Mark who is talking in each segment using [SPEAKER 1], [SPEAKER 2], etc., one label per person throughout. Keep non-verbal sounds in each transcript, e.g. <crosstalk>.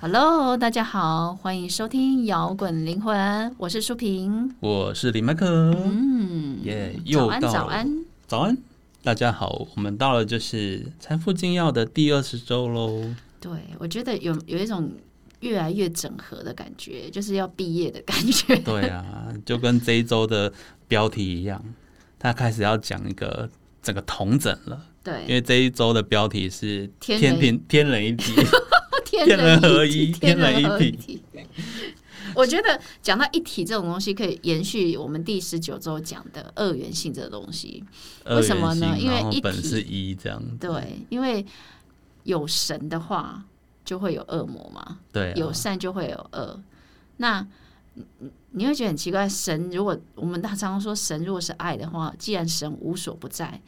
[SPEAKER 1] Hello，大家好，欢迎收听摇滚灵魂，我是舒平。
[SPEAKER 2] 我是李麦克，
[SPEAKER 1] 嗯，
[SPEAKER 2] 耶、
[SPEAKER 1] 早
[SPEAKER 2] 又
[SPEAKER 1] 安，
[SPEAKER 2] 到了
[SPEAKER 1] 早安。
[SPEAKER 2] 早安大家好，我们到了就是财富精要的第二十
[SPEAKER 1] <laughs>
[SPEAKER 2] 周喽，
[SPEAKER 1] 对，我觉得有有一种越来越整合的感觉，就是要毕业的感觉。 <laughs>
[SPEAKER 2] 对啊，就跟这一周的标题一样，他开始要讲一个整个同整了，因
[SPEAKER 1] 对，
[SPEAKER 2] 为这一周的标题是
[SPEAKER 1] 天人
[SPEAKER 2] 平天人一体，
[SPEAKER 1] 天
[SPEAKER 2] 天人合
[SPEAKER 1] 一
[SPEAKER 2] 一
[SPEAKER 1] 体天
[SPEAKER 2] 天人
[SPEAKER 1] 人
[SPEAKER 2] 一
[SPEAKER 1] 合
[SPEAKER 2] 体
[SPEAKER 1] 体。 <laughs> 我觉得讲到一体这种东西，可以延续我们第十九周讲的二元性这个东西。 <laughs> 为什么呢
[SPEAKER 2] 二元性
[SPEAKER 1] 因为
[SPEAKER 2] 然后
[SPEAKER 1] 一体
[SPEAKER 2] 本是一这样，
[SPEAKER 1] 对，因为有神的话，就会有恶魔嘛，
[SPEAKER 2] 对、啊，
[SPEAKER 1] 有善就会有恶。那嗯嗯你会觉得很奇怪，神如果我们常常说神如果是爱的话，既然神无所不在，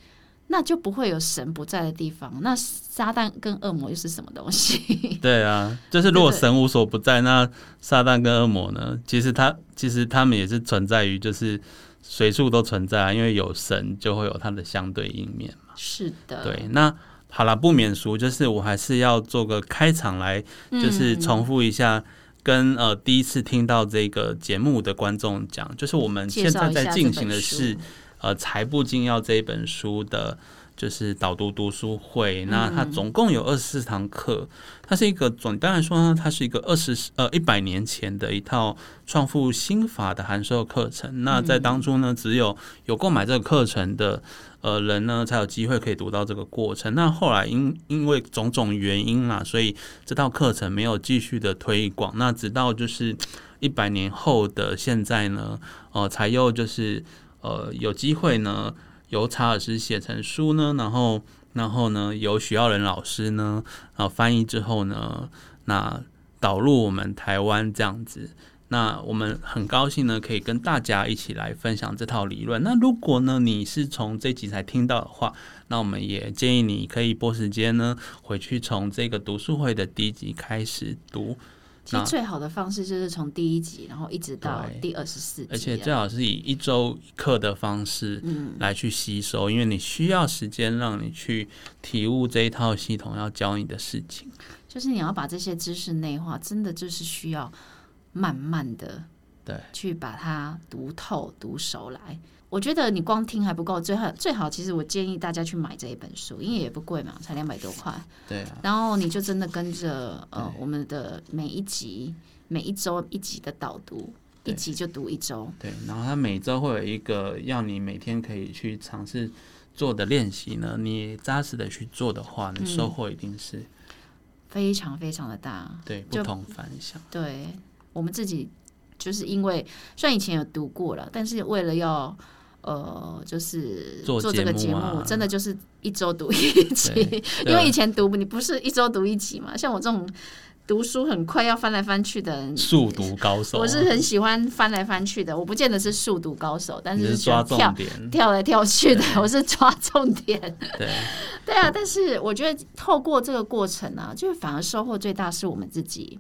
[SPEAKER 1] 那就不会有神不在的地方。那撒旦跟恶魔又是什么东西？ <laughs>
[SPEAKER 2] 对啊，就是如果
[SPEAKER 1] 对对
[SPEAKER 2] 神无所不在，那撒旦跟恶魔呢？其实他其实他们也是存在于，就是随处都存在啊，因为有神就会有它的相对应面。
[SPEAKER 1] 是的，
[SPEAKER 2] 对，那好啦，不免俗，就是我还是要做个开场来，就是
[SPEAKER 1] 嗯
[SPEAKER 2] 重复一下。跟呃第一次听到这个节目的观众讲，就是我
[SPEAKER 1] 嗯
[SPEAKER 2] 们
[SPEAKER 1] 介
[SPEAKER 2] 现
[SPEAKER 1] 绍
[SPEAKER 2] 在
[SPEAKER 1] 一下
[SPEAKER 2] 在
[SPEAKER 1] 这
[SPEAKER 2] 进
[SPEAKER 1] 本
[SPEAKER 2] 行的
[SPEAKER 1] 书
[SPEAKER 2] 是呃《财不精要》这一本书的，就是导读读书会。那它总共有二十四堂课，它是一个总，当然说呢，它是一个二十呃一百年前的一套创富心法的函授课程。那在当初呢，只有有购买这个课程的呃人呢，才有机会可以读到这个过程。那后来因因为种种原因啦，所以这套课程没有继续的推广。那直到就是一百年后的现在呢，呃，才又就是呃有机会呢，由查尔斯写成书呢，然后然后呢，由许耀仁老师呢，啊翻译之后呢，那导入我们台湾这样子。那我们很高兴呢，可以跟大家一起来分享这套理论。那如果呢你是从这集才听到的话，那我们也建议你可以拨时间呢，回去从这个读书会的第一集开始读，
[SPEAKER 1] 其实
[SPEAKER 2] 那
[SPEAKER 1] 最好的方式就是从第一集，然后一直到
[SPEAKER 2] 对
[SPEAKER 1] 第二十四集啊，嗯
[SPEAKER 2] 而且最好是以一周一课的方式来去吸收，因为你需要时间让你去体悟这一套系统要教你的事情。
[SPEAKER 1] 就是你要把这些知识内化，真的就是需要慢慢的
[SPEAKER 2] 对
[SPEAKER 1] 去把它读透、读熟来。我觉得你光听还不够，最好最好，其实我建议大家去买这一本书，因为也不贵嘛，才两百多块。
[SPEAKER 2] 对啊，
[SPEAKER 1] 然后你就真的跟着呃我们的每一集、每一周一集的导读，一
[SPEAKER 2] 对
[SPEAKER 1] 集就读一周。
[SPEAKER 2] 对，然后它每周会有一个要你每天可以去尝试做的练习呢，你扎实的去做的话，
[SPEAKER 1] 嗯
[SPEAKER 2] 你收获一定是、
[SPEAKER 1] 非常非常的大，
[SPEAKER 2] 对
[SPEAKER 1] 就
[SPEAKER 2] 不同凡响。
[SPEAKER 1] 对我们自己，就是因为虽然以前有读过了，但是为了要呃，就是
[SPEAKER 2] 做
[SPEAKER 1] 这个节
[SPEAKER 2] 节
[SPEAKER 1] 目，
[SPEAKER 2] 目啊
[SPEAKER 1] 真的就是一周读一集
[SPEAKER 2] 对，啊
[SPEAKER 1] 因为
[SPEAKER 2] 对
[SPEAKER 1] 以前读你不是一周读一集嘛，像我这种读书很快要翻来翻去的人。
[SPEAKER 2] 速读高
[SPEAKER 1] 嗯
[SPEAKER 2] 手，啊
[SPEAKER 1] 我是很喜欢翻来翻去的，我不见得是速读高手，但
[SPEAKER 2] 你
[SPEAKER 1] 是
[SPEAKER 2] 是
[SPEAKER 1] 喜
[SPEAKER 2] 抓
[SPEAKER 1] 欢
[SPEAKER 2] 重嗯
[SPEAKER 1] 跳
[SPEAKER 2] 点，
[SPEAKER 1] 跳来跳去的，我是抓重点。
[SPEAKER 2] 对
[SPEAKER 1] 对啊，但是我觉得透过这个过程啊，就是反而收获最大是我们自己。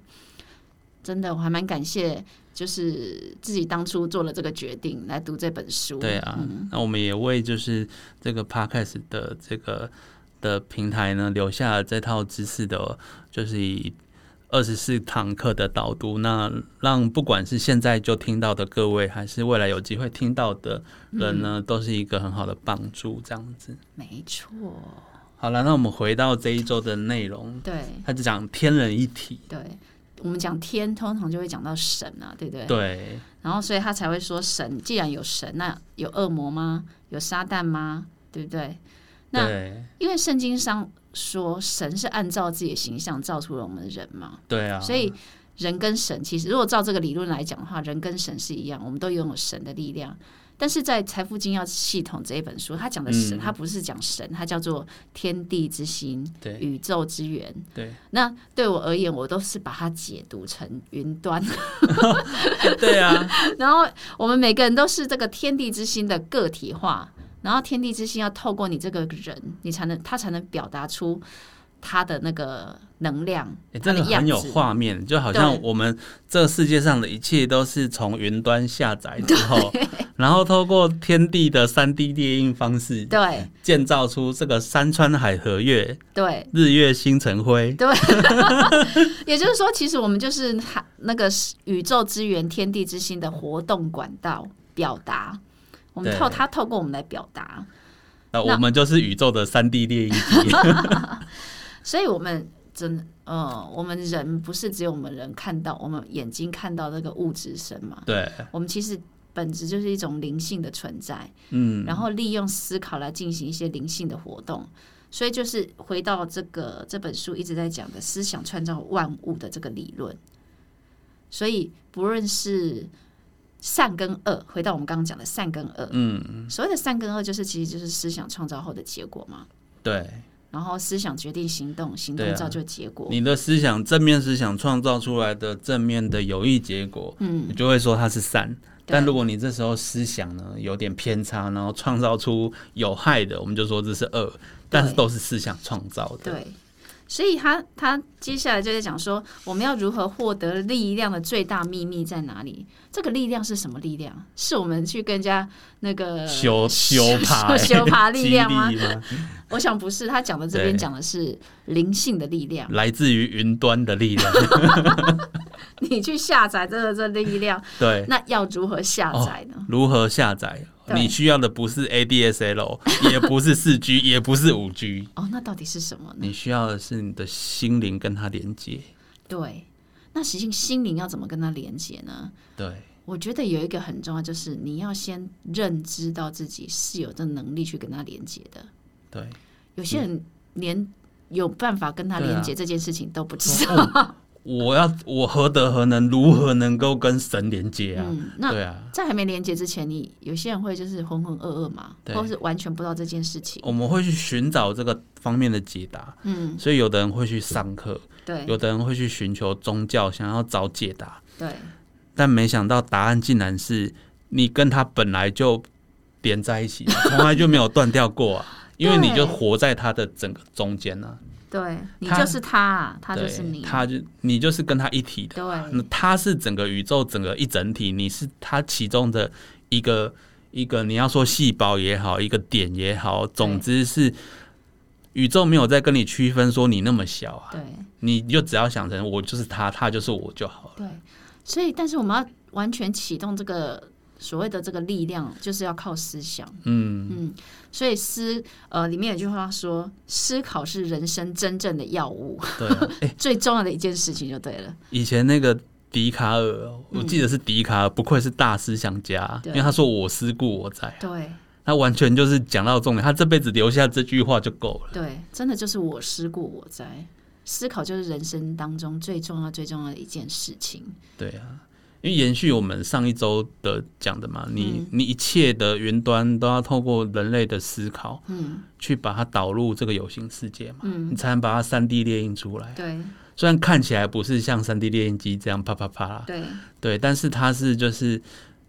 [SPEAKER 1] 真的，我还蛮感谢，就是自己当初做了这个决定来读这本书。
[SPEAKER 2] 对啊。
[SPEAKER 1] 嗯
[SPEAKER 2] 那我们也为就是这个 podcast 的这个的平台呢，留下了这套知识的，哦就是以二十四堂课的导读，那让不管是现在就听到的各位，还是未来有机会听到的人
[SPEAKER 1] 嗯
[SPEAKER 2] 呢，都是一个很好的帮助。这样子，
[SPEAKER 1] 没错，
[SPEAKER 2] 好了，那我们回到这一周的内容，
[SPEAKER 1] 对
[SPEAKER 2] 他就讲天人一体，
[SPEAKER 1] 对，我们讲天，通常就会讲到神啊，对不对？
[SPEAKER 2] 对
[SPEAKER 1] 然后，所以他才会说神，既然有神，那有恶魔吗？有撒旦吗？对不对？那
[SPEAKER 2] 对
[SPEAKER 1] 因为圣经上说，神是按照自己的形象造出了我们人嘛。
[SPEAKER 2] 对啊，
[SPEAKER 1] 所以人跟神其实，如果照这个理论来讲的话，人跟神是一样，我们都拥有神的力量。但是在《财富精要系统》这一本书，它讲的神，
[SPEAKER 2] 嗯
[SPEAKER 1] 它不是讲神，它叫做天地之心、
[SPEAKER 2] 对 <laughs>
[SPEAKER 1] 宇宙之源。
[SPEAKER 2] 对
[SPEAKER 1] 那对我而言，我都是把它解读成云端。 <laughs>
[SPEAKER 2] 对啊，
[SPEAKER 1] 然后我们每个人都是这个天地之心的个体化，然后天地之心要透过你这个人，你才能他才能表达出它的那个能量，
[SPEAKER 2] 欸、
[SPEAKER 1] 它
[SPEAKER 2] 这
[SPEAKER 1] 的
[SPEAKER 2] 个
[SPEAKER 1] 样
[SPEAKER 2] 很有
[SPEAKER 1] 子。
[SPEAKER 2] 画面，就好像
[SPEAKER 1] 对
[SPEAKER 2] 我们这世界上的一切都是从云端下载之后，然后透过天地的三 D 列印方式，
[SPEAKER 1] 对
[SPEAKER 2] 建造出这个山川海河月、
[SPEAKER 1] 对，
[SPEAKER 2] 日月星辰辉。
[SPEAKER 1] <laughs> 也就是说，其实我们就是它那个宇宙之源、天地之心的活动管道表达。我们
[SPEAKER 2] 对
[SPEAKER 1] 透它透过我们来表达，
[SPEAKER 2] 那
[SPEAKER 1] 那
[SPEAKER 2] 呃我们就是宇宙的三 D 列印机。
[SPEAKER 1] 所以我们真的，呃，我们人不是只有我们人看到，我们眼睛看到这个物质生嘛，
[SPEAKER 2] 对，
[SPEAKER 1] 我们其实本质就是一种灵性的存在，
[SPEAKER 2] 嗯，
[SPEAKER 1] 然后利用思考来进行一些灵性的活动。所以就是回到这个这本书一直在讲的思想创造万物的这个理论。所以不论是善跟恶，回到我们刚刚讲的善跟恶，嗯，所谓的善跟恶就是其实就是思想创造后的结果嘛。
[SPEAKER 2] 对，
[SPEAKER 1] 然后思想决定行动，行
[SPEAKER 2] 对
[SPEAKER 1] 动
[SPEAKER 2] 啊
[SPEAKER 1] 造就结果。
[SPEAKER 2] 你的思想正面思想创造出来的正面的有益结果，嗯，你就会说它是善。但如果你这时候思想呢有点偏差，然后创造出有害的，我们就说这是恶，但是都是思想创造的。
[SPEAKER 1] 对，所以他他接下来就在讲说，我们要如何获得力量的最大秘密在哪里？这个力量是什么力量？是我们去跟人家那个 <laughs>
[SPEAKER 2] 修修爬
[SPEAKER 1] 修爬力量吗？
[SPEAKER 2] 激励吗？
[SPEAKER 1] 我想不是，他讲的这边
[SPEAKER 2] 对
[SPEAKER 1] 讲的是灵性的力量。
[SPEAKER 2] 来自于云端的
[SPEAKER 1] <laughs>
[SPEAKER 2] 力量，
[SPEAKER 1] 你去下载这个这力量，
[SPEAKER 2] 对。
[SPEAKER 1] 那要如何下载呢？
[SPEAKER 2] 如何下载？
[SPEAKER 1] 对
[SPEAKER 2] 你需要的不是 ADSL，也不是四 G，也 <laughs> 不是五 G，
[SPEAKER 1] 哦那到底是什么呢？
[SPEAKER 2] 你需要的是你的心灵跟它连接。
[SPEAKER 1] 对，那实际心灵要怎么跟它连接呢？
[SPEAKER 2] 对，
[SPEAKER 1] 我觉得有一个很重要，就是你要先认知到自己是有这能力去跟它连接的。
[SPEAKER 2] 对。
[SPEAKER 1] 有些人连有办法跟他连
[SPEAKER 2] 啊
[SPEAKER 1] 接这件事情都不知道。
[SPEAKER 2] 我要我何德何能，如何能够跟神连接啊？
[SPEAKER 1] 嗯，那
[SPEAKER 2] 对啊，
[SPEAKER 1] 在还没连接之前，你有些人会就是浑浑噩噩嘛，
[SPEAKER 2] 对
[SPEAKER 1] 或是完全不知道这件事情。
[SPEAKER 2] 我们会去寻找这个方面的解答。
[SPEAKER 1] 嗯，
[SPEAKER 2] 所以有的人会去上课，
[SPEAKER 1] 对
[SPEAKER 2] 有的人会去寻求宗教，想要找解答，
[SPEAKER 1] 对
[SPEAKER 2] 但没想到答案竟然是你跟他本来就连
[SPEAKER 1] <laughs>
[SPEAKER 2] 在一起，从来就没有断掉过啊。因为你就活在他的整个中间呢、
[SPEAKER 1] 对，你
[SPEAKER 2] 他
[SPEAKER 1] 就是他，
[SPEAKER 2] 啊，
[SPEAKER 1] 他就是
[SPEAKER 2] 对，
[SPEAKER 1] 你，
[SPEAKER 2] 他就你就是跟他一体的。那
[SPEAKER 1] 对
[SPEAKER 2] 它是整个宇宙整个一整体，你是它其中的一个一个，你要说细胞也好，一个点也好，总之是宇宙没有在跟你区分说你那么小啊，
[SPEAKER 1] 对
[SPEAKER 2] 你就只要想成我就是它，它就是我就好了。
[SPEAKER 1] 对。所以，但是我们要完全启动这个所谓的这个力量，就是要靠思想。
[SPEAKER 2] 嗯，
[SPEAKER 1] 嗯，所以思呃，里面有句话说，思考是人生真正的药物，<laughs>
[SPEAKER 2] 对啊、诶
[SPEAKER 1] 最重要的一件事情就对了。
[SPEAKER 2] 以前那个。笛卡尔哦，我记得是笛卡尔，不愧是大思想家，
[SPEAKER 1] 对
[SPEAKER 2] 因为他说“我思故我在
[SPEAKER 1] 对。”，
[SPEAKER 2] 他完全就是讲到重点，他这辈子留下这句话就够了。
[SPEAKER 1] 对，真的就是我思故我在。思考就是人生当中最重要、最重要的一件事情。
[SPEAKER 2] 对啊，因为延续我们上一周的讲的嘛，你、
[SPEAKER 1] 嗯
[SPEAKER 2] 你一切的云端都要透过人类的思考
[SPEAKER 1] 嗯
[SPEAKER 2] 去把它导入这个有形世界嘛，
[SPEAKER 1] 嗯，
[SPEAKER 2] 你才能把它三 D 列印出来。
[SPEAKER 1] 对
[SPEAKER 2] 虽然看起来不是像三 D 列印机这样啪啪啪啦，
[SPEAKER 1] 对
[SPEAKER 2] 对，但是它是就是。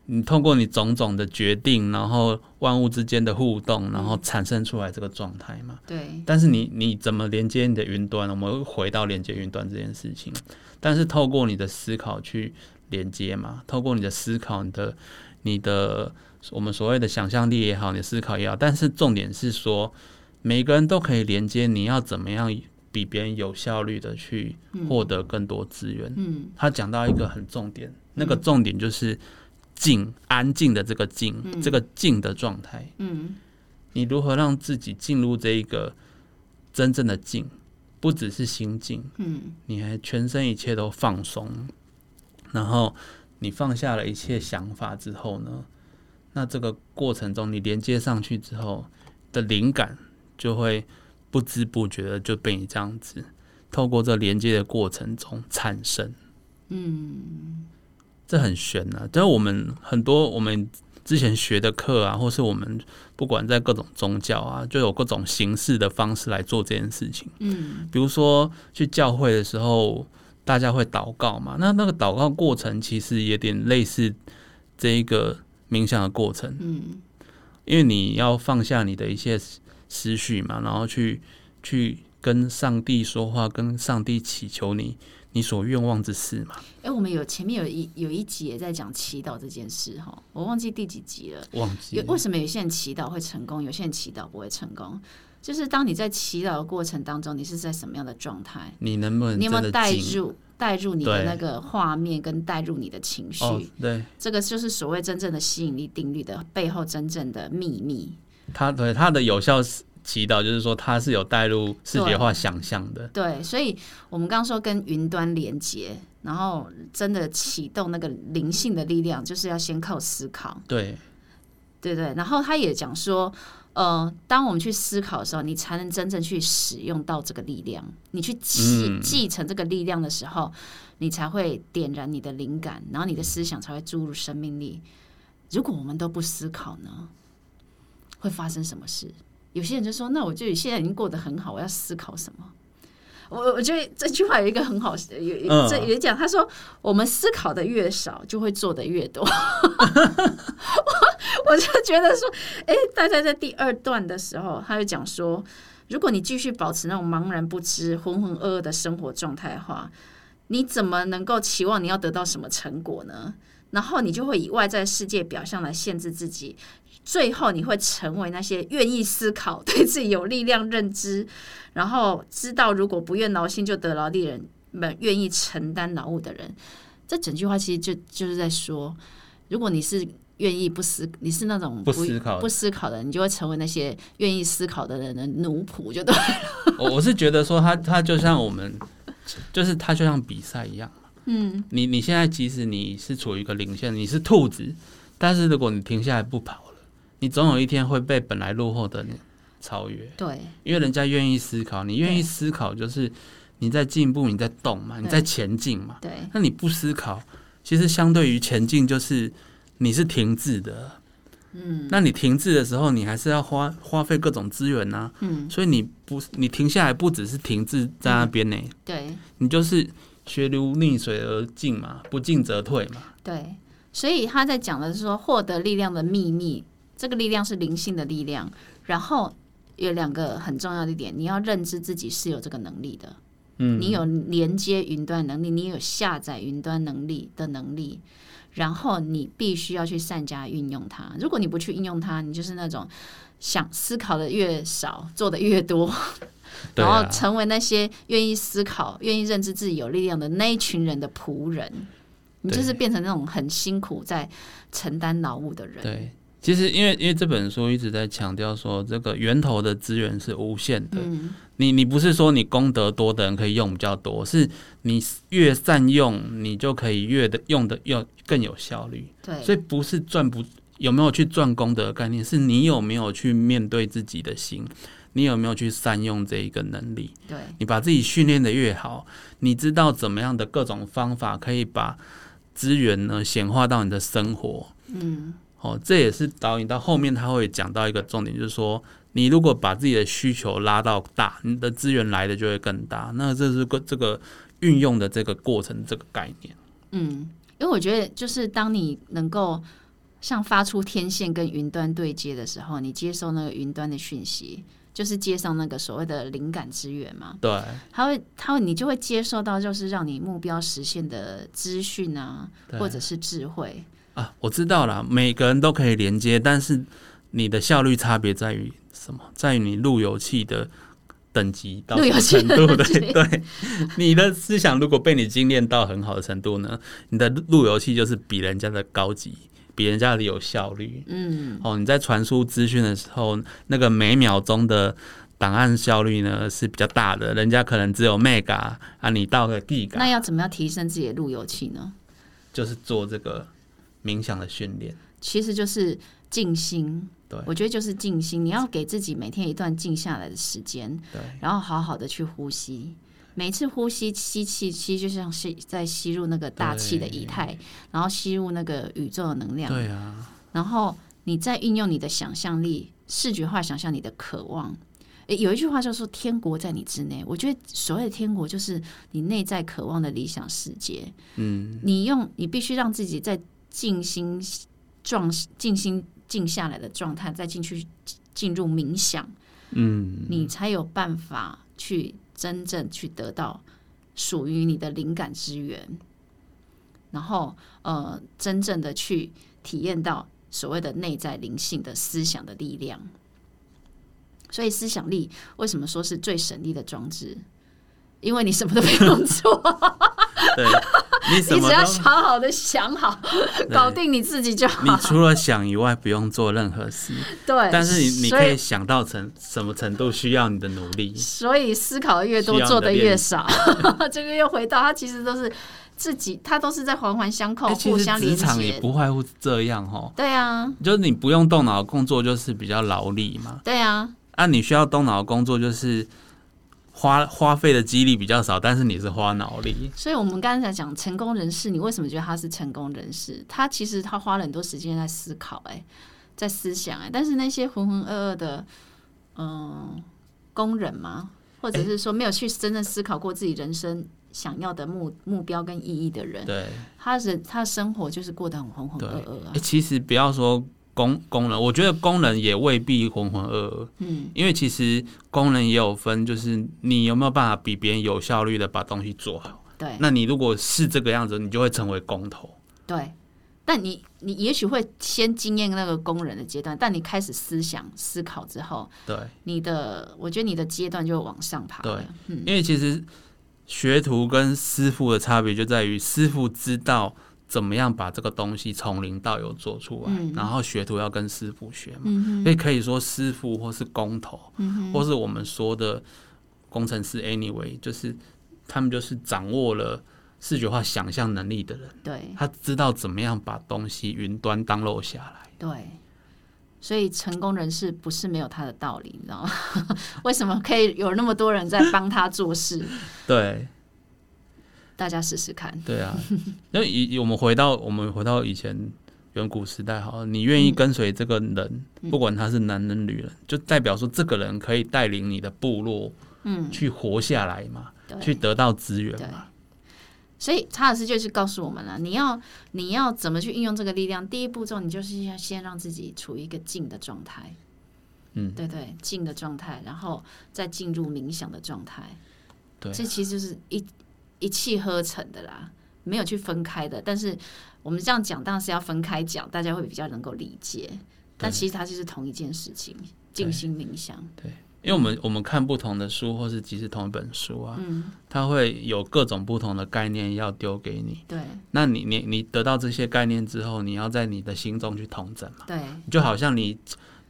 [SPEAKER 2] 你通过你种种的决定，然后万物之间的互动，然后产生出来这个状态嘛。
[SPEAKER 1] 对
[SPEAKER 2] 但是你你怎么连接你的云端？我们会回到连接云端这件事情，但是透过你的思考去连接嘛，透过你的思考，你的你的我们所谓的想象力也好，你的思考也好，但是重点是说，每个人都可以连接，你要怎么样比别人有效率的去获得更多资源？
[SPEAKER 1] 嗯
[SPEAKER 2] 他讲到一个很重点，那个重点就是静，安静的这个静，这个静的状态。
[SPEAKER 1] 嗯，
[SPEAKER 2] 你如何让自己进入这一个真正的静，不只是心静，
[SPEAKER 1] 嗯，
[SPEAKER 2] 你还全身一切都放松，然后你放下了一切想法之后呢，那这个过程中你连接上去之后的灵感就会不知不觉的就被你这样子透过这连接的过程中产生，嗯，这很玄啊，就是我们很多我们。之前学的课啊，或是我们不管在各种宗教啊，就有各种形式的方式来做这件事情。嗯，比如说去教会的时候，大家会祷告嘛，那那个祷告过程其实有点类似这一个冥想的过程。嗯，因为你要放下你的一些思思绪嘛，然后去去。跟上帝说话，跟上帝祈求你你所愿望之事嘛。
[SPEAKER 1] 哎，我们有前面有一有一集也在讲祈祷这件事哈，我忘记第几集了。
[SPEAKER 2] 忘记
[SPEAKER 1] 有为什么有些人祈祷会成功，有些人祈祷不会成功？就是当你在祈祷的过程当中，你是在什么样的状态？
[SPEAKER 2] 你能不能
[SPEAKER 1] 你有没有
[SPEAKER 2] 嗯真的
[SPEAKER 1] 带
[SPEAKER 2] 进
[SPEAKER 1] 入带入你的
[SPEAKER 2] 对
[SPEAKER 1] 那个画面，跟带入你的情绪？
[SPEAKER 2] 哦，对
[SPEAKER 1] 这个就是所谓真正的吸引力定律的背后真正的秘密。
[SPEAKER 2] 他对他的有效祈祷，就是说他是有带入视觉化想象的。
[SPEAKER 1] 对，所以我们刚刚说跟云端连接，然后真的启动那个灵性的力量，就是要先靠思考，
[SPEAKER 2] 对，
[SPEAKER 1] 对不对？然后他也讲说，呃，当我们去思考的时候，你才能真正去使用到这个力量。你去继
[SPEAKER 2] 嗯
[SPEAKER 1] 继承这个力量的时候，你才会点燃你的灵感，然后你的思想才会注入生命力。如果我们都不思考呢，会发生什么事？有些人就说：“那我就现在已经过得很好，我要思考什么？”我我觉得这句话有一个很好，有有
[SPEAKER 2] 嗯
[SPEAKER 1] 这也讲，他说我们思考的越少，就会做的越多。 <laughs> 我我就觉得说，哎、大家在第二段的时候，他就讲说，如果你继续保持那种茫然不知、浑浑噩噩的生活状态的话，你怎么能够期望你要得到什么成果呢？然后你就会以外在世界表象来限制自己，最后你会成为那些愿意思考、对自己有力量认知，然后知道如果不愿劳心就得劳力人们愿意承担劳务的人。这整句话其实就就是在说，如果你是愿意不思，你是那种
[SPEAKER 2] 不思考的
[SPEAKER 1] 不思考的人，你就会成为那些愿意思考的人的奴仆，就对了。
[SPEAKER 2] 我我是觉得说他他就像我们，就是他就像比赛一样嘛。嗯，你你现在即使你是处于一个领先，你是兔子，但是如果你停下来不跑了，你总有一天会被本来落后的人超越，
[SPEAKER 1] 对
[SPEAKER 2] 因为人家愿意思考，你愿意
[SPEAKER 1] 对
[SPEAKER 2] 思考就是你在进步，你在动嘛，你在前进嘛。
[SPEAKER 1] 对
[SPEAKER 2] 那你不思考，其实相对于前进，就是你是停滞的。嗯，那你停滞的时候，你还是要花花费各种资源呐、
[SPEAKER 1] 嗯，
[SPEAKER 2] 所以你不，你停下来不只是停滞在那边呢、
[SPEAKER 1] 对
[SPEAKER 2] 你就是学流逆水而进嘛，不进则退嘛。
[SPEAKER 1] 对，所以他在讲的是说获得力量的秘密，这个力量是灵性的力量。然后有两个很重要的一点，你要认知自己是有这个能力的，
[SPEAKER 2] 嗯，
[SPEAKER 1] 你有连接云端能力，你有下载云端能力的能力。然后你必须要去善加运用它。如果你不去运用它，你就是那种想思考的越少，做的越多，
[SPEAKER 2] 对
[SPEAKER 1] 然后
[SPEAKER 2] 啊，
[SPEAKER 1] 成为那些愿意思考、愿意认知自己有力量的那一群人的仆人。你就是变成那种很辛苦在承担劳务的人。
[SPEAKER 2] 对。其实，因为因为这本书一直在强调说，这个源头的资源是无限的。
[SPEAKER 1] 嗯，
[SPEAKER 2] 你你不是说你功德多的人可以用比较多，是你越善用，你就可以越的用的要更有效率。
[SPEAKER 1] 对，
[SPEAKER 2] 所以不是赚不有没有去赚功德的概念，是你有没有去面对自己的心，你有没有去善用这一个能力。
[SPEAKER 1] 对，
[SPEAKER 2] 你把自己训练的越好，你知道怎么样的各种方法可以把资源呢显化到你的生活。
[SPEAKER 1] 嗯，
[SPEAKER 2] 哦，这也是导引到后面他会讲到一个重点，就是说你如果把自己的需求拉到大，你的资源来的就会更大。那这是个这个运用的这个过程这个概念。
[SPEAKER 1] 嗯，因为我觉得就是当你能够像发出天线跟云端对接的时候，你接收那个云端的讯息，就是接上那个所谓的灵感之源嘛。
[SPEAKER 2] 对，
[SPEAKER 1] 它会，它会，你就会接受到就是让你目标实现的资讯啊，
[SPEAKER 2] 对
[SPEAKER 1] 或者是智慧。
[SPEAKER 2] 啊，我知道了，每个人都可以连接，但是你的效率差别在于什么？在于你路由器的等级到
[SPEAKER 1] 路由器
[SPEAKER 2] 什
[SPEAKER 1] <laughs>
[SPEAKER 2] 么程度？
[SPEAKER 1] 的等级
[SPEAKER 2] 对对，你的思想如果被你精炼到很好的程度呢，你的路由器就是比人家的高级，比人家的有效率。
[SPEAKER 1] 嗯，
[SPEAKER 2] 哦，你在传输资讯的时候，那个每秒钟的档案效率呢是比较大的，人家可能只有 mega 啊，你到个 giga，
[SPEAKER 1] 那要怎么样提升自己的路由器呢？
[SPEAKER 2] 就是做这个冥想的训练。
[SPEAKER 1] 其实就是静心。
[SPEAKER 2] 对
[SPEAKER 1] 我觉得就是静心，你要给自己每天一段静下来的时间，
[SPEAKER 2] 对，
[SPEAKER 1] 然后好好的去呼吸。每次呼吸吸气，其实就像是在吸入那个大气的
[SPEAKER 2] 对
[SPEAKER 1] 仪态，然后吸入那个宇宙的能量，
[SPEAKER 2] 对啊，
[SPEAKER 1] 然后你再运用你的想象力，视觉化想象你的渴望。诶，有一句话叫做“天国在你之内”，我觉得所谓的天国就是你内在渴望的理想世界。嗯，你用你必须让自己在静心状、静心静下来的状态，再进去进入冥想，
[SPEAKER 2] 嗯，
[SPEAKER 1] 你才有办法去真正去得到属于你的灵感之源，然后呃，真正的去体验到所谓的内在灵性的思想的力量。所以思想力为什么说是最省力的装置？因为你什么都不用做，
[SPEAKER 2] 对，你 <laughs>
[SPEAKER 1] <laughs>
[SPEAKER 2] 什
[SPEAKER 1] 你
[SPEAKER 2] 么
[SPEAKER 1] 只要
[SPEAKER 2] 都
[SPEAKER 1] 想好的想好，搞定你自己就好。
[SPEAKER 2] 你除了想以外，不用做任何事。
[SPEAKER 1] 对，
[SPEAKER 2] 但是你你
[SPEAKER 1] 所
[SPEAKER 2] 可
[SPEAKER 1] 以
[SPEAKER 2] 以想到程什么程度需要你的努力，
[SPEAKER 1] 所以思考的越多
[SPEAKER 2] 需，要你
[SPEAKER 1] 做
[SPEAKER 2] 的
[SPEAKER 1] 的越少。 <laughs> 这个又回到它其实都是自己，它都是在环环相扣
[SPEAKER 2] 哎，
[SPEAKER 1] 互
[SPEAKER 2] 其实
[SPEAKER 1] 相连
[SPEAKER 2] 职场也
[SPEAKER 1] 接。
[SPEAKER 2] 不外乎这样哦，
[SPEAKER 1] 对啊，
[SPEAKER 2] 就是你不用动脑的工作就是比较劳力嘛，
[SPEAKER 1] 对啊，
[SPEAKER 2] 啊，你需要动脑的工作就是花花费的激力比较少，但是你是花脑力，
[SPEAKER 1] 所以我们刚才讲成功人士，你为什么觉得他是成功人士？他其实他花了很多时间在思考、哎，在思想、哎，但是那些浑浑噩噩的，嗯、工人嘛，或者是说没有去真正思考过自己人生想要的目目标跟意义的人，
[SPEAKER 2] 对。
[SPEAKER 1] 他人他生活就是过得很浑浑噩噩啊
[SPEAKER 2] 欸。其实不要说工工人，我觉得工人也未必浑浑噩噩，
[SPEAKER 1] 嗯，
[SPEAKER 2] 因为其实工人也有分，就是你有没有办法比别人有效率的把东西做好。
[SPEAKER 1] 对
[SPEAKER 2] 那你如果是这个样子，你就会成为工头。
[SPEAKER 1] 对。但你你也许会先经验那个工人的阶段，但你开始思想思考之后，
[SPEAKER 2] 对，
[SPEAKER 1] 你的我觉得你的阶段就会往上爬了。
[SPEAKER 2] 因为其实学徒跟师傅的差别就在于，师傅知道怎么样把这个东西从零到有做出来，然后学徒要跟师傅学嘛，所以可以说师傅或是工头，或是我们说的工程师，anyway，就是他们就是掌握了视觉化想象能力的人，
[SPEAKER 1] 对
[SPEAKER 2] 他知道怎么样把东西云端当漏下来。
[SPEAKER 1] 对，所以成功人士不是没有他的道理，你知道吗？ <laughs> 为什么可以有那么多人在帮他做事？ <laughs>
[SPEAKER 2] 对，
[SPEAKER 1] 大家试试看。
[SPEAKER 2] 对啊，那以以我们回到我们回到以前远古时代，好了，你
[SPEAKER 1] 嗯
[SPEAKER 2] 愿意跟随这个人，不管他是男人女人，就代表说这个人可以带领你的部落，嗯，去活下来嘛，
[SPEAKER 1] 对。
[SPEAKER 2] 去得到资源
[SPEAKER 1] 对
[SPEAKER 2] 嘛，
[SPEAKER 1] 所以查尔斯就是告诉我们了，你要你要怎么去运用这个力量？第一步骤，你就是要先让自己处于一个静的状态，
[SPEAKER 2] 嗯，
[SPEAKER 1] 对对，静的状态，然后再进入冥想的状态。
[SPEAKER 2] 对
[SPEAKER 1] 这其实就是一一气呵成的啦，没有去分开的。但是我们这样讲，当然是要分开讲，大家会比较能够理解。但其实它就是同一件事情，静心冥想。
[SPEAKER 2] 因为我们我们看不同的书，或是即使同一本书啊，
[SPEAKER 1] 嗯
[SPEAKER 2] 它会有各种不同的概念要丢给你。
[SPEAKER 1] 对
[SPEAKER 2] 那你你你得到这些概念之后，你要在你的心中去统整。
[SPEAKER 1] 对
[SPEAKER 2] 就好像你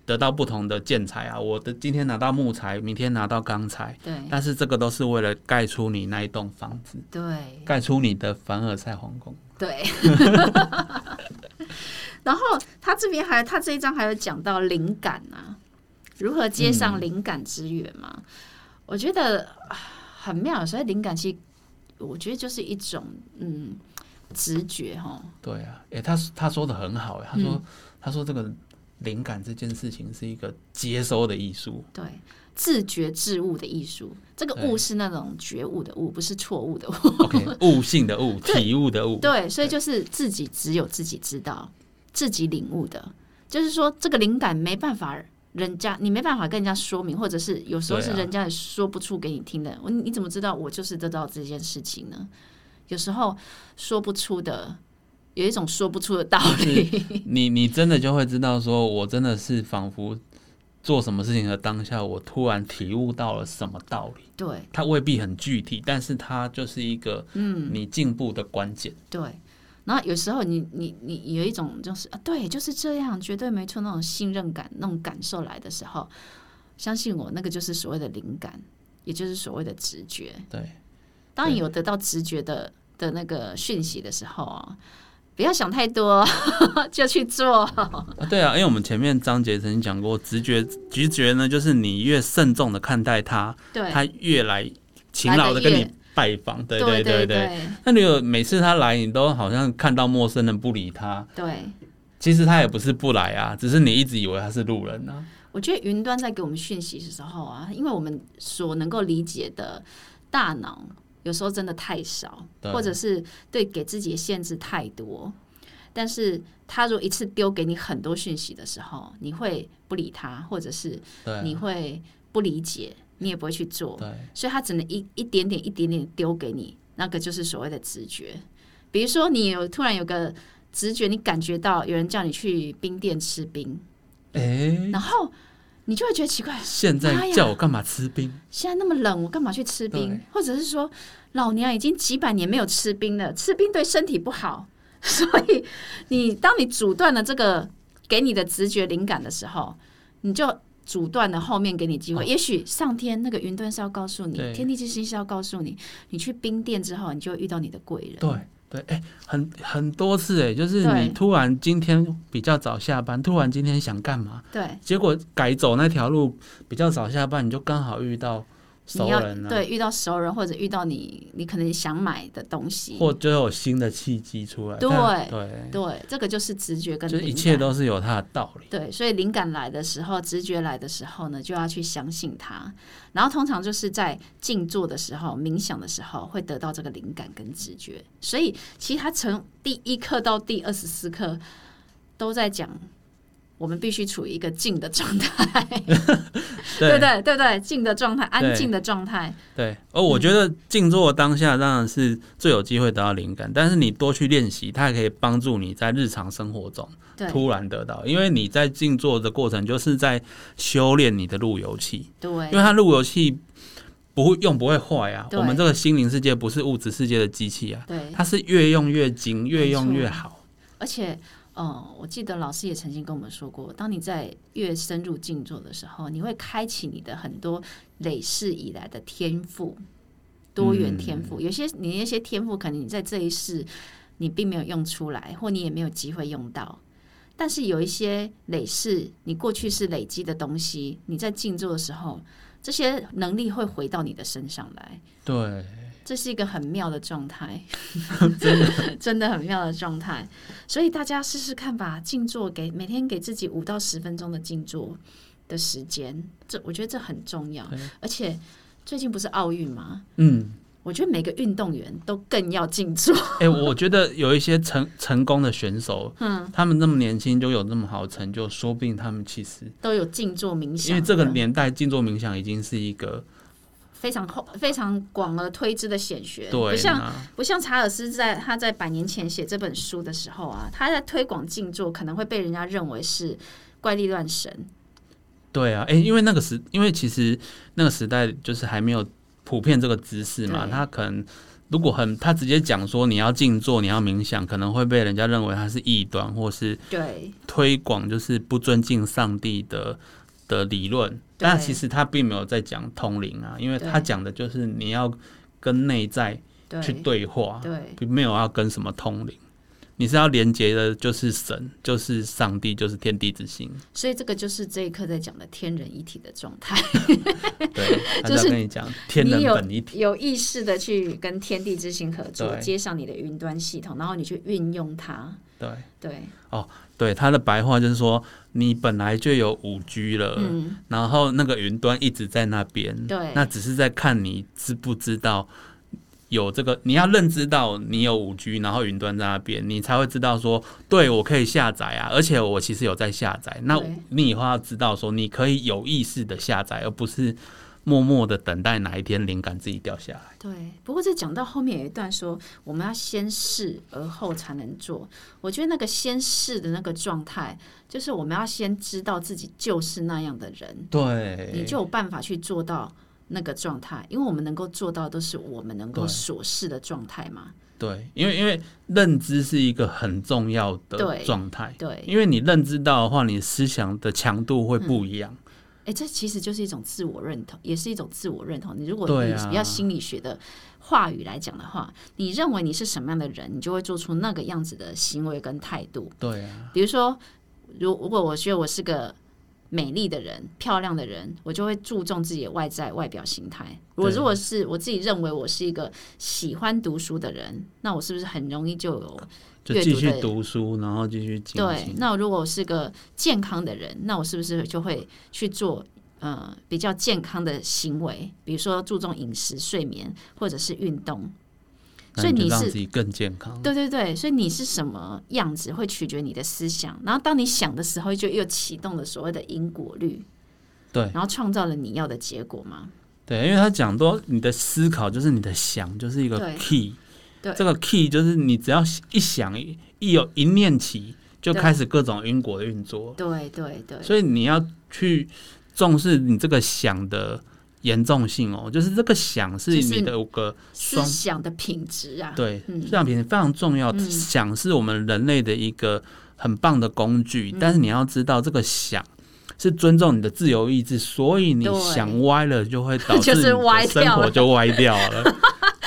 [SPEAKER 2] 得到不同的建材啊，我的今天拿到木材，明天拿到钢材，
[SPEAKER 1] 对
[SPEAKER 2] 但是这个都是为了盖出你那一栋房子，
[SPEAKER 1] 对
[SPEAKER 2] 盖出你的凡尔赛皇宫。
[SPEAKER 1] 对。 <laughs> 然后他这边还他这一章还有讲到灵感啊，如何接上灵感之源嘛？我觉得啊很妙。所以灵感其实我觉得就是一种嗯直觉哈，
[SPEAKER 2] 对啊，诶、他他说的很好、诶他说、他说这个灵感这件事情是一个接收的艺术，
[SPEAKER 1] 对，自觉致悟的艺术。这个悟是那种觉悟的悟，不是错误的悟。
[SPEAKER 2] OK，悟性的悟，体悟的悟，
[SPEAKER 1] 对，所以就是自己只有自己知道，自己领悟的。就是说，这个灵感没办法，人家你没办法跟人家说明，或者是有时候是
[SPEAKER 2] 对啊
[SPEAKER 1] 人家也说不出给你听的。我你怎么知道我就是知道这件事情呢？有时候说不出的，有一种说不出的道理。
[SPEAKER 2] 你你真的就会知道，说我真的是仿佛做什么事情的当下，我突然体悟到了什么道理。
[SPEAKER 1] 对，
[SPEAKER 2] 它未必很具体，但是它就是一个嗯你进步的关键。
[SPEAKER 1] 对，然后有时候你你你有一种就是啊，对，就是这样，绝对没错那种信任感、那种感受来的时候，相信我，那个就是所谓的灵感，也就是所谓的直觉。
[SPEAKER 2] 对，
[SPEAKER 1] 当你有得到直觉的的那个讯息的时候啊，不要想太多， <laughs> 就去做。
[SPEAKER 2] 啊对啊，因为我们前面章节曾经讲过，直觉直觉呢，就是你越慎重的看待它，
[SPEAKER 1] 对，
[SPEAKER 2] 它越来勤
[SPEAKER 1] 来
[SPEAKER 2] 劳的
[SPEAKER 1] 得
[SPEAKER 2] 跟
[SPEAKER 1] 越
[SPEAKER 2] 你拜访。对
[SPEAKER 1] 对
[SPEAKER 2] 对对。
[SPEAKER 1] 对
[SPEAKER 2] 那如果每次他来，你都好像看到陌生人不理他，
[SPEAKER 1] 对。
[SPEAKER 2] 其实他也不是不来啊，只是你一直以为他是路人啊。
[SPEAKER 1] 我觉得云端在给我们讯息的时候啊，因为我们所能够理解的大脑有时候真的太少，
[SPEAKER 2] 对
[SPEAKER 1] 或者是对给自己的限制太多。但是他如果一次丢给你很多讯息的时候，你会不理他，或者是
[SPEAKER 2] 对啊，
[SPEAKER 1] 你会不理解，你也不会去做，
[SPEAKER 2] 对，
[SPEAKER 1] 所以他只能一一点点、一点点丢给你，那个就是所谓的直觉。比如说，你有突然有个直觉，你感觉到有人叫你去冰店吃冰，
[SPEAKER 2] 哎，
[SPEAKER 1] 然后你就会觉得奇怪，
[SPEAKER 2] 现
[SPEAKER 1] 妈
[SPEAKER 2] 在
[SPEAKER 1] 呀
[SPEAKER 2] 叫我干嘛吃冰？
[SPEAKER 1] 现在那么冷，我干嘛去吃冰
[SPEAKER 2] 对？
[SPEAKER 1] 或者是说，老娘已经几百年没有吃冰了，吃冰对身体不好。 <laughs> 所以你当你阻断了这个给你的直觉灵感的时候，你就阻断了后面给你机会。也许上天那个云端是要告诉你，
[SPEAKER 2] 哦对
[SPEAKER 1] 天地之心是要告诉你，你去冰店之后，你就会遇到你的贵人。
[SPEAKER 2] 对对，哎、很很多次哎、就是
[SPEAKER 1] 对
[SPEAKER 2] 你突然今天比较早下班，突然今天想干嘛，
[SPEAKER 1] 对，
[SPEAKER 2] 结果改走那条路比较早下班，你就刚好遇到熟
[SPEAKER 1] 你要
[SPEAKER 2] 人啊，
[SPEAKER 1] 对遇到熟人或者遇到你，你可能想买的东西，
[SPEAKER 2] 或就有新的契机出来。
[SPEAKER 1] 对
[SPEAKER 2] 但对，
[SPEAKER 1] 对，这个就是直觉跟
[SPEAKER 2] 就
[SPEAKER 1] 灵
[SPEAKER 2] 是
[SPEAKER 1] 感。
[SPEAKER 2] 一切都是有它的道
[SPEAKER 1] <laughs>
[SPEAKER 2] 理。
[SPEAKER 1] 对，所以灵感来的时候，直觉来的时候呢，就要去相信它。然后通常就是在静坐的时候、冥想的时候，会得到这个灵感跟直觉。所以其实它从第一课到第二十四课都在讲，我们必须处于一个静的状态， <laughs> 对不
[SPEAKER 2] 对
[SPEAKER 1] 对？对不对？静的状态，安静的状态，
[SPEAKER 2] 对，而我觉得静坐当下当然是最有机会得到灵感，但是你多去练习，它也可以帮助你在日常生活中
[SPEAKER 1] 对
[SPEAKER 2] 突然得到，因为你在静坐的过程就是在修炼你的路由器。因
[SPEAKER 1] 对
[SPEAKER 2] 为它路由器不会用不会坏啊。
[SPEAKER 1] 对
[SPEAKER 2] 我们这个心灵世界不是物质世界的机器啊，
[SPEAKER 1] 对。
[SPEAKER 2] 它是越用越精，越用越好。
[SPEAKER 1] 而且，呃，我记得老师也曾经跟我们说过，当你在越深入静坐的时候，你会开启你的很多累世以来的天赋，多元天赋。有些你那些天赋，可能你在这一世你并没有用出来，或你也没有机会用到。但是有一些累世，你过去是累积的东西，你在静坐的时候，这些能力会回到你的身上来。
[SPEAKER 2] 对， <coughs>
[SPEAKER 1] 这是一个很妙的状
[SPEAKER 2] <laughs>
[SPEAKER 1] 态， <laughs> 真的真的很妙的状态。所以大家试试看吧，静坐给每天给自己五到十分钟的静坐的时间，这我觉得这很重要
[SPEAKER 2] 对。
[SPEAKER 1] 而且最近不是奥运吗？
[SPEAKER 2] 嗯，
[SPEAKER 1] 我觉得每个运动员都更要静坐。
[SPEAKER 2] 哎、我觉得有一些成成功的选手，嗯，他们那么年轻就有那么好的成就，说不定他们其实
[SPEAKER 1] 都有静坐冥想，
[SPEAKER 2] 嗯因为这个年代静坐冥想已经是一个
[SPEAKER 1] 非常厚、非常广而推之的显学，不
[SPEAKER 2] 对
[SPEAKER 1] 像
[SPEAKER 2] 啊，
[SPEAKER 1] 不像查尔斯在他在百年前写这本书的时候啊，他在推广静坐，可能会被人家认为是怪力乱神。
[SPEAKER 2] 对啊，哎、因为那个时，因为其实那个时代就是还没有普遍这个知识嘛，
[SPEAKER 1] 对
[SPEAKER 2] 他可能如果很他直接讲说你要静坐，你要冥想，可能会被人家认为他是异端，或是
[SPEAKER 1] 对
[SPEAKER 2] 推广就是不尊敬上帝的的理论。但其实他并没有在讲通灵啊，因为他
[SPEAKER 1] 对
[SPEAKER 2] 讲的就是你要跟内在
[SPEAKER 1] 对
[SPEAKER 2] 去对话，
[SPEAKER 1] 对
[SPEAKER 2] 并没有要跟什么通灵。你是要连接的，就是神，就是上帝，就是天地
[SPEAKER 1] <laughs>
[SPEAKER 2] 之心。
[SPEAKER 1] 所以这个就是这一课在讲的天人一体的状态，
[SPEAKER 2] 对，他
[SPEAKER 1] 就是
[SPEAKER 2] 在跟你讲 <laughs> 天
[SPEAKER 1] 你
[SPEAKER 2] 人
[SPEAKER 1] 有
[SPEAKER 2] 本一体。
[SPEAKER 1] 有意识的去跟天地之心合作，
[SPEAKER 2] 对
[SPEAKER 1] 接上你的云端系统，然后你去运用它。
[SPEAKER 2] 对
[SPEAKER 1] 对，
[SPEAKER 2] 对，他的白话就是说，你本来就有五 G 了，
[SPEAKER 1] 嗯，
[SPEAKER 2] 然后那个云端一直在那边，
[SPEAKER 1] 对
[SPEAKER 2] 那只是在看你知不知道有这个，你要认知到你有五 G，然后云端在那边，你才会知道说，对我可以下载啊，而且我其实有在下载。那
[SPEAKER 1] 对
[SPEAKER 2] 你以后要知道说，你可以有意识的下载，而不是默默的等待哪一天灵感自己掉下来。
[SPEAKER 1] 对。不过这讲到后面有一段说，我们要先试而后才能做。我觉得那个先试的那个状态，就是我们要先知道自己就是那样的人，
[SPEAKER 2] 对，
[SPEAKER 1] 你就有办法去做到那个状态，因为我们能够做到都是我们能够
[SPEAKER 2] 对
[SPEAKER 1] 所示的状态嘛。
[SPEAKER 2] 对，因为因为认知是一个很重要的
[SPEAKER 1] 对
[SPEAKER 2] 状态，
[SPEAKER 1] 对，
[SPEAKER 2] 因为你认知到的话，你思想的强度会不一样。
[SPEAKER 1] 哎、这其实就是一种自我认同，也是一种自我认同。你如果
[SPEAKER 2] 对
[SPEAKER 1] 以
[SPEAKER 2] 啊
[SPEAKER 1] 比较心理学的话语来讲的话，你认为你是什么样的人，你就会做出那个样子的行为跟态度。
[SPEAKER 2] 对啊，
[SPEAKER 1] 比如说，如如果我觉得我是个美丽的人、漂亮的人，我就会注重自己的外在外表形态。我
[SPEAKER 2] 对
[SPEAKER 1] 如果是我自己认为我是一个喜欢读书的人，那我是不是很容易就有
[SPEAKER 2] 就
[SPEAKER 1] 阅
[SPEAKER 2] 继
[SPEAKER 1] 读
[SPEAKER 2] 续
[SPEAKER 1] 的
[SPEAKER 2] 读书，然后继续精
[SPEAKER 1] 对，
[SPEAKER 2] 进。
[SPEAKER 1] 那如果我是个健康的人，那我是不是就会去做呃比较健康的行为，比如说注重饮食、睡眠或者是运动？
[SPEAKER 2] 那
[SPEAKER 1] 所以
[SPEAKER 2] 就
[SPEAKER 1] 你
[SPEAKER 2] 让
[SPEAKER 1] 是
[SPEAKER 2] 自己更健康。
[SPEAKER 1] 对对对，所以你是什么样子会取决你的思想，然后当你想的时候，就又启动了所谓的因果律，
[SPEAKER 2] 对
[SPEAKER 1] 然后创造了你要的结果嘛？
[SPEAKER 2] 对，因为他讲多，你的思考就是你的想，就是一个
[SPEAKER 1] 对
[SPEAKER 2] key。
[SPEAKER 1] 对
[SPEAKER 2] 这个 key 就是你只要一想，一有一念起，就
[SPEAKER 1] 对
[SPEAKER 2] 开始各种因果的运作。
[SPEAKER 1] 对对对，
[SPEAKER 2] 所以你要去重视你这个想的严重性哦，就是这个想是
[SPEAKER 1] 就是
[SPEAKER 2] 你的有个
[SPEAKER 1] 思
[SPEAKER 2] 双
[SPEAKER 1] 想的品质啊，
[SPEAKER 2] 对，
[SPEAKER 1] 嗯
[SPEAKER 2] 思想品质非常重要。
[SPEAKER 1] 嗯
[SPEAKER 2] 想是我们人类的一个很棒的工具，
[SPEAKER 1] 嗯
[SPEAKER 2] 但是你要知道这个想。是尊重你的自由意志，所以你
[SPEAKER 1] 对
[SPEAKER 2] 想歪了，就会导
[SPEAKER 1] <laughs> 就
[SPEAKER 2] 致你
[SPEAKER 1] 是歪
[SPEAKER 2] 的
[SPEAKER 1] 掉
[SPEAKER 2] 生
[SPEAKER 1] 了
[SPEAKER 2] 活就歪掉
[SPEAKER 1] <laughs>
[SPEAKER 2] 了。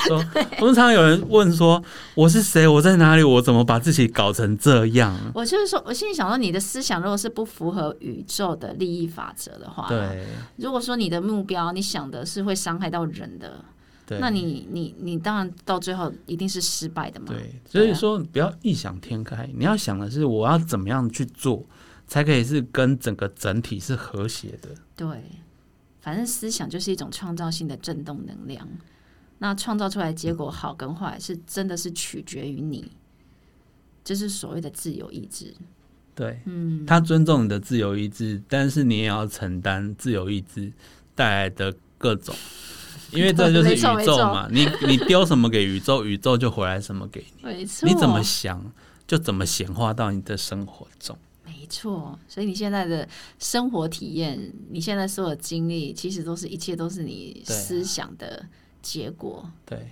[SPEAKER 2] 说，通常有人问说：“我是谁？我在哪里？我怎么把自己搞成这样
[SPEAKER 1] 我就是说，我心里想说，你的思想如果是不符合宇宙的利益法则的？”话，
[SPEAKER 2] 对
[SPEAKER 1] 如果说你的目标你想的是会伤害到人的，
[SPEAKER 2] 对，
[SPEAKER 1] 那你你你当然到最后一定是失败的嘛。
[SPEAKER 2] 对，所以
[SPEAKER 1] 啊
[SPEAKER 2] 说不要异想天开，你要想的是我要怎么样去做，才可以是跟整个整体是和谐的。
[SPEAKER 1] 对，反正思想就是一种创造性的振动能量，那创造出来的结果好跟坏是真的是取决于你，就是所谓的自由意志。
[SPEAKER 2] 对，嗯，他尊重你的自由意志，但是你也要承担自由意志带来的各
[SPEAKER 1] <laughs>
[SPEAKER 2] 种，因为这就是
[SPEAKER 1] 没错
[SPEAKER 2] 宇宙嘛。你你丢什么给宇宙， <laughs> 宇宙就回来什么给你。
[SPEAKER 1] 没错，
[SPEAKER 2] 你怎么想，就怎么显化到你的生活中。
[SPEAKER 1] 没错，所以你现在的生活体验，你现在所有经历，其实都是一切都是你
[SPEAKER 2] 对啊
[SPEAKER 1] 思想的结果。
[SPEAKER 2] 对，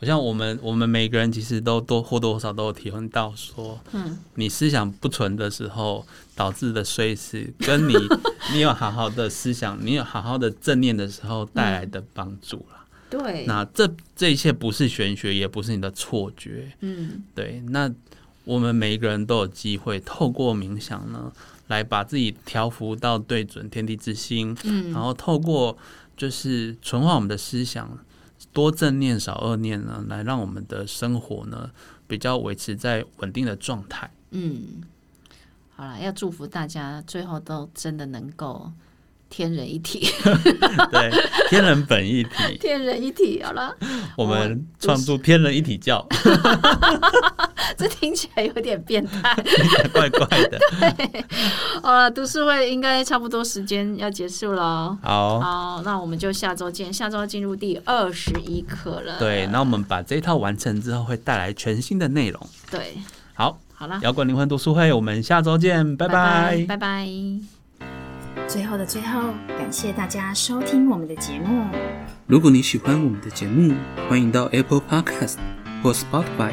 [SPEAKER 2] 我像我们我们每个人其实都多或多或少都有体会到说，嗯，你思想不纯的时候导致的衰死，跟你 <laughs> 你有好好的思想，你有好好的正念的时候带来的帮助啦。
[SPEAKER 1] 对，
[SPEAKER 2] 那这这一切不是玄学，也不是你的错觉，
[SPEAKER 1] 嗯，
[SPEAKER 2] 对。那我们每一个人都有机会透过冥想呢，来把自己调服到对准天地之心，
[SPEAKER 1] 嗯，
[SPEAKER 2] 然后透过就是纯化我们的思想，多正念少恶念呢，来让我们的生活呢比较维持在稳定的状态。 <laughs>
[SPEAKER 1] 嗯，好了，要祝福大家，最后都真的能够天人一
[SPEAKER 2] <laughs>
[SPEAKER 1] 体，
[SPEAKER 2] 对，天人本
[SPEAKER 1] <laughs>
[SPEAKER 2] 一体，
[SPEAKER 1] 天人一体。好了，
[SPEAKER 2] 我们
[SPEAKER 1] 我
[SPEAKER 2] 创出天人一体教，
[SPEAKER 1] <laughs>
[SPEAKER 2] <laughs>
[SPEAKER 1] 这听起来有点变态。 <laughs>
[SPEAKER 2] 怪怪的。
[SPEAKER 1] 好了，读书会应该差不多时间要结束了哦。
[SPEAKER 2] 好，
[SPEAKER 1] 好，那我们就下周见。下周要进入第二十一课了。
[SPEAKER 2] 对，那我们把这一套完成之后，会带来全新的内容。
[SPEAKER 1] 对，
[SPEAKER 2] 好，
[SPEAKER 1] 好啦，
[SPEAKER 2] 摇滚灵魂读书会，我们下周见，拜拜。
[SPEAKER 1] 拜拜。
[SPEAKER 3] 最后的最后，感谢大家收听我们的节目。
[SPEAKER 2] 如果你喜欢我们的节目，欢迎到 Apple Podcast 或 Spotify